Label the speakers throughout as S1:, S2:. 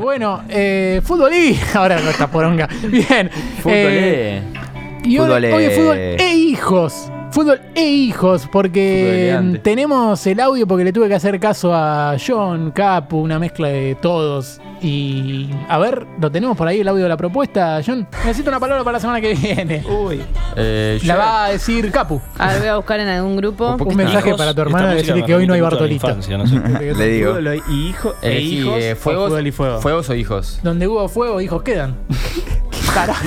S1: bueno, eh, fútbol y. Ahora no está poronga. Bien.
S2: Fútbol,
S1: eh,
S2: eh.
S1: y ahora-
S2: Fútbol,
S1: hoy es
S2: eh.
S1: fútbol e hijos. Fútbol e hijos,
S2: Fútbol
S1: porque mm,
S2: elegante.
S1: tenemos el audio porque le tuve que hacer caso a John, Capu, una mezcla de todos. Y a ver, lo tenemos por ahí el audio de la propuesta, John. Necesito una palabra para la semana que viene.
S2: Eh,
S1: La
S2: yo-
S1: va a decir Capu.
S3: A ver, voy a buscar en algún grupo.
S1: Un mensaje para tu hermana
S4: Esta música
S1: decirle
S4: me
S1: que hoy no hay
S4: remite mucho a la
S1: Bartolita.
S4: infancia, no sé.
S2: Le digo.
S5: Fútbol y hijo, e
S2: elegí,
S5: hijos,
S2: eh,
S5: o
S2: fuegos,
S5: fútbol y fuego.
S2: ¿Fuegos o hijos?
S1: Donde hubo fuego, hijos quedan. Carajo.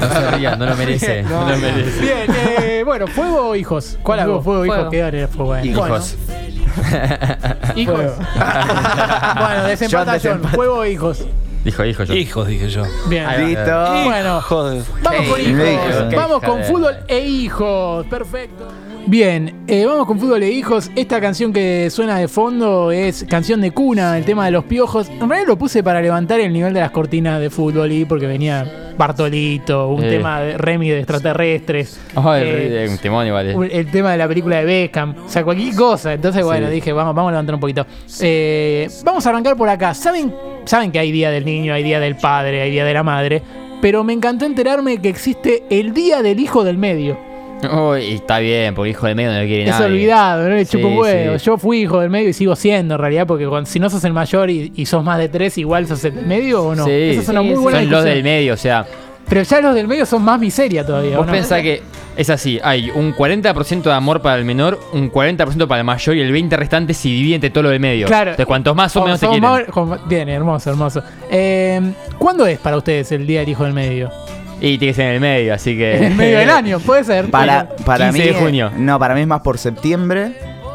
S2: No se rían, no lo merece.
S1: Bien,
S2: no lo merece.
S1: Bien, eh, bueno, fuego o hijos. ¿Cuál hago? Fuego, hijos
S3: Fuego.
S1: quedan era fuego. eh. bueno.
S2: Hijos.
S1: Bueno, hijos. bueno, desempata John.
S2: desempata.
S1: Fuego o hijos.
S2: Dijo hijo yo.
S4: Hijos, dije yo.
S1: Bien. Oh,
S2: Ahí va.
S5: Listo.
S1: Bueno,
S4: Joder.
S1: vamos
S2: Qué
S1: con
S2: hijo,
S1: hijos.
S2: qué
S1: Vamos
S2: hija
S1: con
S2: de-
S1: fútbol e hijos. Perfecto. Bien, eh, vamos con fútbol e hijos. Esta canción que suena de fondo es canción de cuna, el tema de los piojos. En realidad lo puse para levantar el nivel de las cortinas de fútbol y porque venía Bartolito, un
S2: Eh.
S1: tema de Remy de extraterrestres.
S2: Ay,
S1: Eh,
S2: re- eh, un timón igual. eh.
S1: un- el tema de la película de Beckham, o sea, cualquier cosa. Entonces, bueno,
S2: Sí.
S1: dije, vamos, vamos a levantar un poquito. Eh, vamos a arrancar por acá. ¿Saben, saben que hay Día del Niño, hay Día del Padre, hay Día de la Madre, pero me encantó enterarme que existe el Día del Hijo del Medio.
S2: Uy, está bien, porque hijo de medio no lo quiere
S1: Es
S2: nadie.
S1: olvidado, ¿no? Le chupo
S2: Sí,
S1: un huevo.
S2: sí.
S1: Yo fui hijo del medio y sigo siendo, en realidad, porque cuando- si no sos el mayor y, y sos más de tres, igual sos el del medio o no.
S2: Sí.
S1: Esa es una
S3: Sí,
S1: muy
S3: sí.
S1: buena
S2: Son los
S1: discusión.
S2: del medio, o sea,
S1: Pero ya los del medio son más miseria todavía, ¿o
S2: vos
S1: no?
S2: pensás que es así, hay un 40% de amor para el menor, un 40% para el mayor y el 20% restante se divide entre todo lo del medio.
S1: Claro.
S2: Entonces, cuantos más o
S1: Como
S2: menos te
S1: somos
S2: quieren.
S1: más- como- bien, hermoso, hermoso. Eh, ¿Cuándo es para ustedes el Día del Hijo del Medio?
S2: Y tiene que ser en el medio, así que...
S1: En el medio del año, puede ser.
S5: Para, para
S2: 15
S5: mí
S2: de
S5: es-
S2: junio.
S5: no, para mí es más por septiembre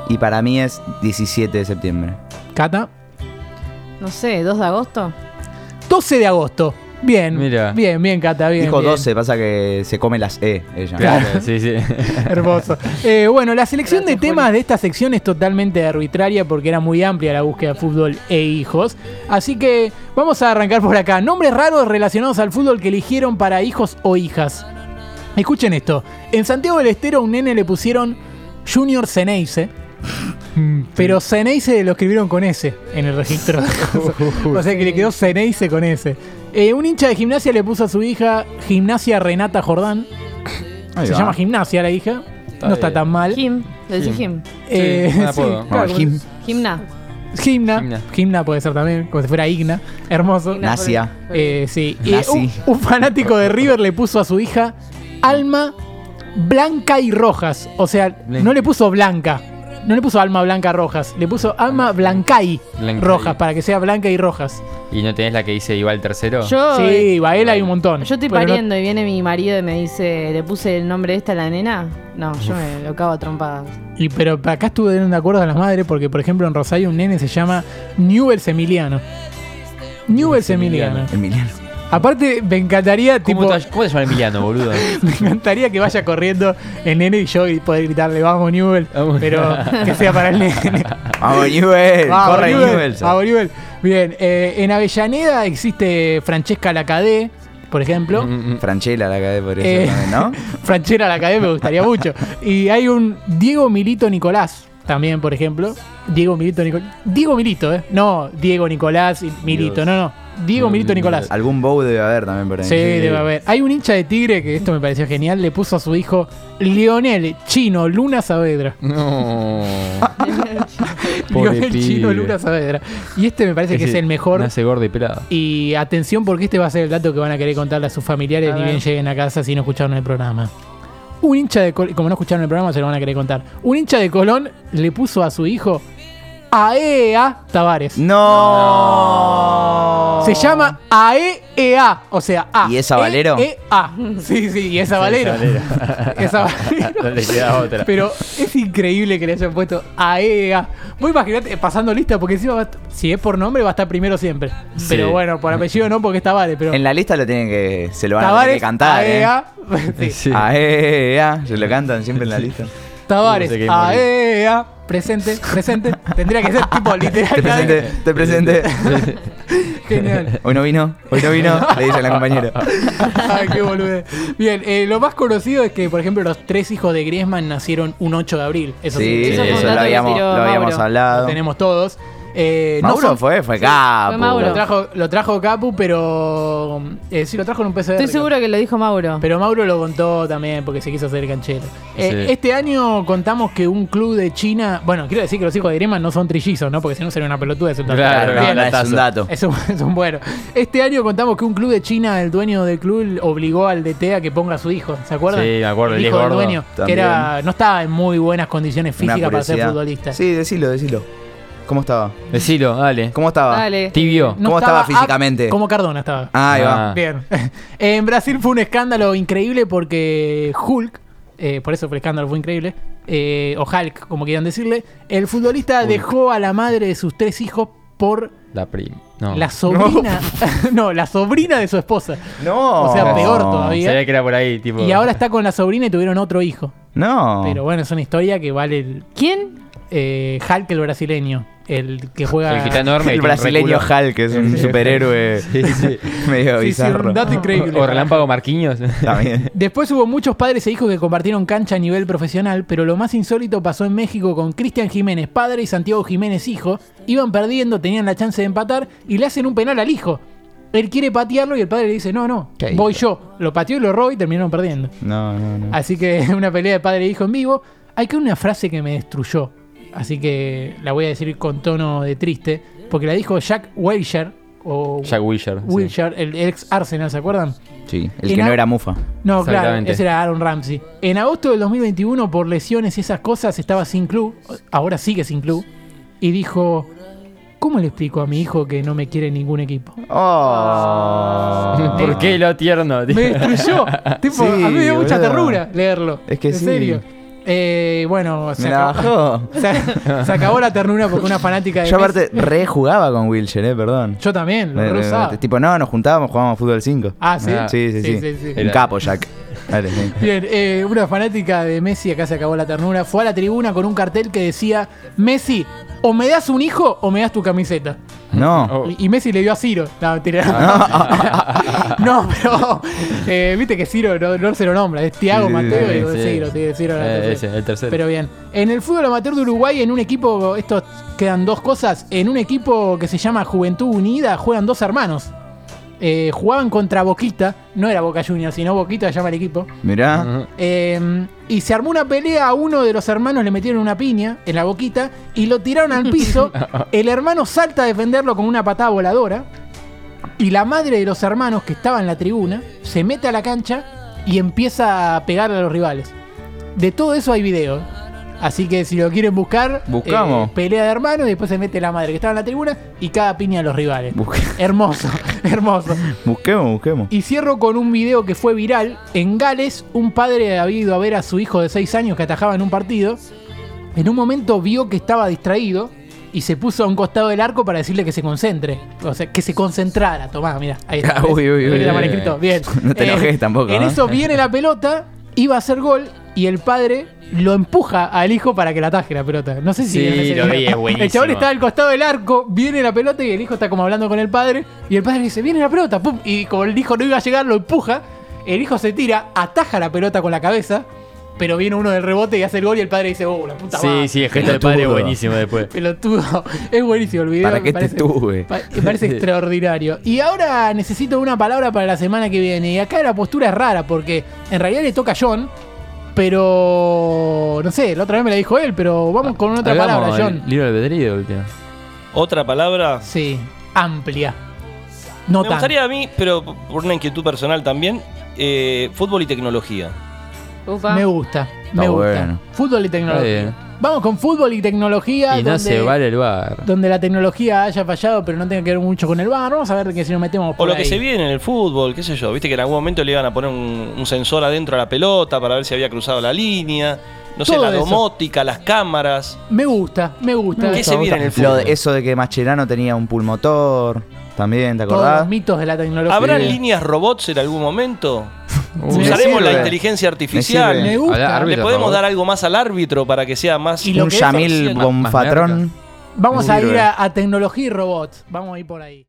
S5: y para mí es 17 de septiembre.
S1: Cata.
S3: No sé, 2 de agosto.
S1: 12 de agosto. Bien.
S2: Mira.
S1: Bien, bien, Cata, bien.
S5: Dijo
S1: bien.
S5: 12, pasa que se come las E ella.
S2: Claro, sí, sí.
S1: Hermoso. Eh, bueno, la selección de
S3: Gracias,
S1: temas
S3: Juli.
S1: de esta sección es totalmente arbitraria porque era muy amplia la búsqueda de fútbol e hijos. Así que vamos a arrancar por acá. Nombres raros relacionados al fútbol que eligieron para hijos o hijas. Escuchen esto. En Santiago del Estero a un nene le pusieron Junior Ceneice. Pero Ceneice lo escribieron con S en el registro. o sea que le quedó Ceneice con S. Eh, un hincha de gimnasia le puso a su hija Gimnasia Renata Jordán.
S5: Ahí
S1: Se
S5: va.
S1: llama Gimnasia la hija.
S2: Está
S1: no está
S2: bien.
S1: tan mal.
S3: Jim, lo dice Jim.
S1: Eh,
S2: Sí, un
S1: sí, claro,
S2: apodo.
S5: No,
S1: como-
S5: Jim,
S3: Gimna.
S1: Gimna.
S2: Gimna.
S1: Gimna puede ser también, como si fuera Igna. Hermoso.
S3: Igna.
S5: Nasia.
S1: Eh, sí. Y
S5: Nazi.
S1: un, un fanático de River le puso a su hija Alma Blanca y Rojas. O sea, no le puso Blanca. No le puso Alma Blanca Rojas. Le puso Alma Blancay
S2: Blancay.
S1: Rojas para que sea Blanca y Rojas.
S2: ¿Y no tenés la que dice igual tercero?
S3: Yo,
S1: Ah. Sí, Baela hay un montón.
S3: yo estoy
S1: Pero no-
S3: pariendo y viene mi marido y me dice, ¿le puse el nombre de esta a la nena? No, yo me lo cago a trompadas.
S1: y, pero acá estuve de acuerdo con las madres porque, por ejemplo, en Rosario un nene se llama Newell's Emiliano. Newell's Emiliano.
S5: Emiliano.
S1: Aparte, me encantaría,
S2: ¿Cómo,
S1: tipo,
S2: te, ¿Cómo te llama Emiliano, boludo?
S1: me encantaría que vaya corriendo el nene y yo y poder gritarle, vamos Newell,
S2: Vamos.
S1: pero que sea para el nene.
S5: Vamos, Newell.
S1: Vamos,
S5: Corre,
S1: Newell,
S5: Newell.
S1: vamos, Newell. Bien, eh, en Avellaneda existe Francesca Lacadé, por ejemplo.
S5: Franchella la acabé podría ser
S1: Eh.
S5: también, ¿no?
S1: Franchera Lacadé me gustaría mucho. Y hay un Diego Milito Nicolás también, por ejemplo. Diego Milito Nicolás. Diego Milito, ¿eh? No, Diego Nicolás y Milito,
S2: Dios. Mm,
S1: no, no. Diego Milito Nicolás.
S5: Algún bow debe haber también por ahí.
S1: Sí, debe haber. Hay un hincha de Tigre que esto me pareció genial, le puso a su hijo Lionel Chino Luna Saavedra.
S2: No.
S1: Ah,
S2: Pobre
S1: Lionel
S2: pibe.
S1: Chino Luna Saavedra. Y este me parece que es
S2: Ese
S1: el mejor.
S2: Nace gordo y pelado.
S1: Y atención porque este va a ser el dato que van a querer contarle a sus familiares
S3: A
S1: ni
S3: ver.
S1: bien lleguen a casa si no escucharon el programa. Un hincha de Colón, como no escucharon el programa se lo van a querer contar. Un hincha de Colón le puso a su hijo AEA Tavares.
S5: ¡No!
S1: Se llama AEEA, o sea, A.
S5: ¿Y es Avalero?
S1: E A. Sí, sí, y es Avalero. Es Avalero.
S2: No le queda otra.
S1: Pero es increíble que le hayan puesto AEA. Vos imaginate eh, pasando lista, porque encima, va a- si es por nombre, va a estar primero siempre. Pero
S2: Sí.
S1: bueno, por apellido no, porque es Tavares. Pero
S5: En la lista lo tienen que. Se lo van a tener
S1: Tavares,
S5: que cantar, ¿eh?
S1: AEA. sí. Ah,
S2: Sí.
S5: Ah, AEA. eh, Se lo cantan siempre en la lista.
S1: Tavares,
S2: No sé qué morir.
S1: AEA. Presente, presente. Tendría que ser tipo
S5: Te
S1: literal.
S5: presente, te presente.
S1: Genial.
S5: Hoy no vino, hoy no vino, le dice a la compañera.
S1: Ay, qué boludez. Bien, eh, lo más conocido es que, por ejemplo, los tres hijos de Griezmann nacieron un 8 de abril. Eso sí,
S5: Sí,
S3: Eso
S5: eso,
S3: fue un dato que
S5: lo habíamos,
S3: tiró
S5: lo habíamos
S3: Mauro.
S1: lo
S5: hablado.
S1: tenemos todos. Eh, no
S5: Mauro
S1: son-
S5: fue, fue
S3: Sí,
S5: capo.
S3: fue Mauro.
S1: Lo trajo, lo trajo Capu, pero. eh, sí, lo trajo en un PCR.
S3: Estoy seguro que lo dijo Mauro.
S1: Pero Mauro lo contó también porque se quiso hacer el canchero. Eh,
S2: Sí.
S1: Este año contamos que un club de China. Bueno, quiero decir que los hijos de Grima no son trillizos, ¿no? Porque si no sería una pelotuda. eso también.
S5: Claro,
S2: Claro,
S5: no, no,
S2: bien,
S5: es un dato.
S1: Es un, es un bueno. Este año contamos que un club de China, el dueño del club, obligó al DT a que ponga a su hijo. ¿Se acuerdan?
S2: Sí, me acuerdo,
S1: El
S2: el
S1: hijo del
S2: gordo.
S1: dueño,
S5: También.
S1: que era, no estaba en muy buenas condiciones
S5: Una
S1: físicas para ser
S5: curiosidad.
S1: futbolista.
S5: Sí, decilo, decilo. ¿Cómo estaba?
S2: Decilo, dale.
S5: ¿Cómo estaba?
S3: Dale.
S2: Tibio.
S1: eh. No
S5: ¿Cómo estaba
S1: ap-
S5: físicamente?
S1: como Cardona estaba.
S5: Ah, ahí va.
S2: Ah.
S1: Bien. en Brasil fue un escándalo increíble porque Hulk, eh, por eso fue el escándalo, fue increíble, eh, o Hulk, como quieran decirle, el futbolista dejó a la madre de sus tres hijos por
S2: La prima. No.
S1: la sobrina, no. la sobrina de su esposa.
S5: No.
S1: O sea, peor todavía.
S2: Sabía que era por ahí, tipo.
S1: Y ahora está con la sobrina y tuvieron otro hijo.
S5: No.
S1: Pero bueno, es una historia que vale el
S3: ¿Quién?
S1: eh, Hulk el brasileño, el que juega...
S2: El que está enorme. tiene
S5: el
S2: un
S5: brasileño
S2: reculo.
S5: Hulk, que es un superhéroe
S2: Sí, sí.
S5: medio
S1: Sí, sí,
S5: bizarro.
S1: un dato increíble.
S2: O Relámpago Marquiños.
S5: También.
S1: Después hubo muchos padres e hijos que compartieron cancha a nivel profesional, pero lo más insólito pasó en México con Cristian Jiménez, padre, y Santiago Jiménez, hijo. Iban perdiendo, tenían la chance de empatar y le hacen un penal al hijo. Él quiere patearlo y el padre le dice, no, no,
S5: ¿Qué
S1: voy
S5: hijo?
S1: yo. Lo pateó y lo robó y terminaron perdiendo.
S5: No, no, no.
S1: Así que una pelea de padre e hijo en vivo. Hay que una frase que me destruyó, así que la voy a decir con tono de triste, porque la dijo Jack Wilshere, o
S2: Jack Wilshere. sí.
S1: Wilshere, el ex Arsenal, ¿se acuerdan?
S5: Sí, el
S1: Y
S5: que
S1: na-
S5: no era mufa.
S1: No, claro,
S2: Exactamente.
S1: ese era Aaron Ramsey. En agosto del 2021, por lesiones y esas cosas, estaba sin club, ahora sigue sin club, y dijo, ¿cómo le explico a mi hijo que no me quiere ningún equipo?
S5: Oh.
S2: ¿Por qué lo tierno?
S1: Ah.
S2: tío?
S1: Me destruyó. tipo,
S5: Sí,
S1: a mí me dio mucha
S5: boludo.
S1: ternura leerlo.
S5: Es que
S1: en
S5: sí.
S1: serio. Eh, bueno, se
S5: Me la
S1: acabó,
S5: bajó.
S1: se, se acabó la ternura porque una fanática de...
S5: Yo
S1: Messi-
S5: aparte re jugaba con Wilshere, eh, perdón.
S1: yo también, lo
S5: Me-
S1: re
S5: me-
S1: usaba.
S5: tipo, no, nos juntábamos, jugábamos fútbol 5.
S1: Ah, ¿sí?
S2: Ah,
S5: Sí, sí, sí.
S1: Sí, sí, sí.
S5: Un capo, Jack. Dale, sí.
S1: Bien, eh, una fanática de Messi, acá se acabó la ternura, fue a la tribuna con un cartel que decía, Messi, o me das un hijo o me das tu camiseta.
S5: No.
S2: Oh.
S1: Y, y Messi le dio a Ciro. No, mentira.
S2: Ah.
S1: no, pero eh, viste que Ciro no, no se lo nombra, es Tiago
S5: Sí, sí,
S1: Mateo
S5: sí,
S1: y
S2: sí.
S1: Ciro, sí, Ciro era el
S2: Eh,
S1: tercero.
S2: ese, el tercero.
S1: Pero bien, en el fútbol amateur de Uruguay, en un equipo, estos quedan dos cosas, en un equipo que se llama Juventud Unida juegan dos hermanos. Eh, jugaban contra Boquita, no era Boca Juniors, sino Boquita se llama el equipo.
S5: Mirá.
S2: Ujú.
S1: Eh, y se armó una pelea, a uno de los hermanos le metieron una piña en la boquita y lo tiraron al piso. El hermano salta a defenderlo con una patada voladora. Y la madre de los hermanos que estaba en la tribuna se mete a la cancha y empieza a pegarle a los rivales. De todo eso hay video. Así que si lo quieren buscar,
S5: Buscamos.
S1: eh, pelea de hermanos y después se mete la madre que estaba en la tribuna y cada piña a los rivales.
S5: Busque-
S1: Hermoso, hermoso.
S5: busquemos, busquemos.
S1: Y cierro con un video que fue viral. En Gales, un padre había ido a ver a su hijo de 6 años que atajaba en un partido. En un momento vio que estaba distraído y se puso a un costado del arco para decirle que se concentre. O sea, que se concentrara. Tomá, mira, ahí está.
S5: Ah, Uy, uy, uy,
S1: Ahí está
S5: uy,
S1: mal
S5: uy.
S1: escrito. Bien.
S5: No te enojes tampoco,
S1: En
S5: ¿eh?
S1: eso viene la pelota, iba a hacer gol y el padre lo empuja al hijo para que la ataje la pelota. No sé si
S2: Sí,
S1: vieron ese
S2: lo
S1: video.
S2: vi, es buenísimo.
S1: El chabón está al costado del arco, viene la pelota y el hijo está como hablando con el padre. Y el padre le dice, viene la pelota, pum. Y como el hijo no iba a llegar, lo empuja. El hijo se tira, ataja la pelota con la cabeza, pero viene uno del rebote y hace el gol y el padre dice, oh, la puta
S2: Sí,
S1: madre.
S2: sí, el gesto del padre es buenísimo después.
S1: Pelotudo. Es buenísimo el video.
S5: ¿Para
S1: me
S5: qué te
S1: parece-
S5: tuve?
S1: pa- Me parece extraordinario. Y ahora necesito una palabra para la semana que viene. Y acá la postura es rara porque en realidad le toca a John. Pero no sé, la otra vez me la dijo él, pero vamos con otra
S2: Hagamos
S1: palabra,
S2: el
S1: John.
S2: Libro de Pedrido, última.
S4: Otra palabra.
S1: Sí, amplia. No
S4: Me
S1: tan.
S4: gustaría a mí, pero por una inquietud personal también, eh, fútbol y tecnología.
S3: Upa.
S1: Me gusta, me gusta.
S5: bueno.
S1: Fútbol y tecnología.
S2: bien.
S1: Vamos con fútbol y tecnología.
S2: Y no
S1: donde,
S2: se vale el bar.
S1: donde la tecnología haya fallado, pero no tenga que ver mucho con el bar. Vamos a ver que si nos metemos
S4: O
S1: por
S4: lo que
S1: ahí.
S4: se viene en el fútbol, qué sé yo. Viste que en algún momento le iban a poner un, un sensor adentro a la pelota para ver si había cruzado la línea. No sé,
S1: Todo
S4: la
S1: eso.
S4: domótica, las cámaras.
S1: Me gusta, me gusta.
S4: ¿Qué se viene en el
S5: Lo
S4: fútbol?
S5: de, eso de que Mascherano tenía un pulmotor. También, ¿te
S1: Todos
S5: acordás?
S1: los mitos de la tecnología.
S4: ¿Habrán líneas robots en algún momento?
S2: Uh,
S1: Me
S4: Usaremos
S5: sirve.
S4: la inteligencia
S5: Me
S1: Me
S4: artificial.
S1: gusta.
S2: Habla-
S4: Le
S2: Árbitro,
S4: podemos
S2: por favor.
S4: dar algo más al árbitro para que sea más.
S1: Y lo
S5: Un
S1: que es-
S5: Yamil
S4: Más-
S5: Bonfatrón.
S1: Vamos
S5: Me
S1: a ir
S5: sirve.
S2: eh.
S1: a, a tecnología y robots. Vamos a ir por ahí.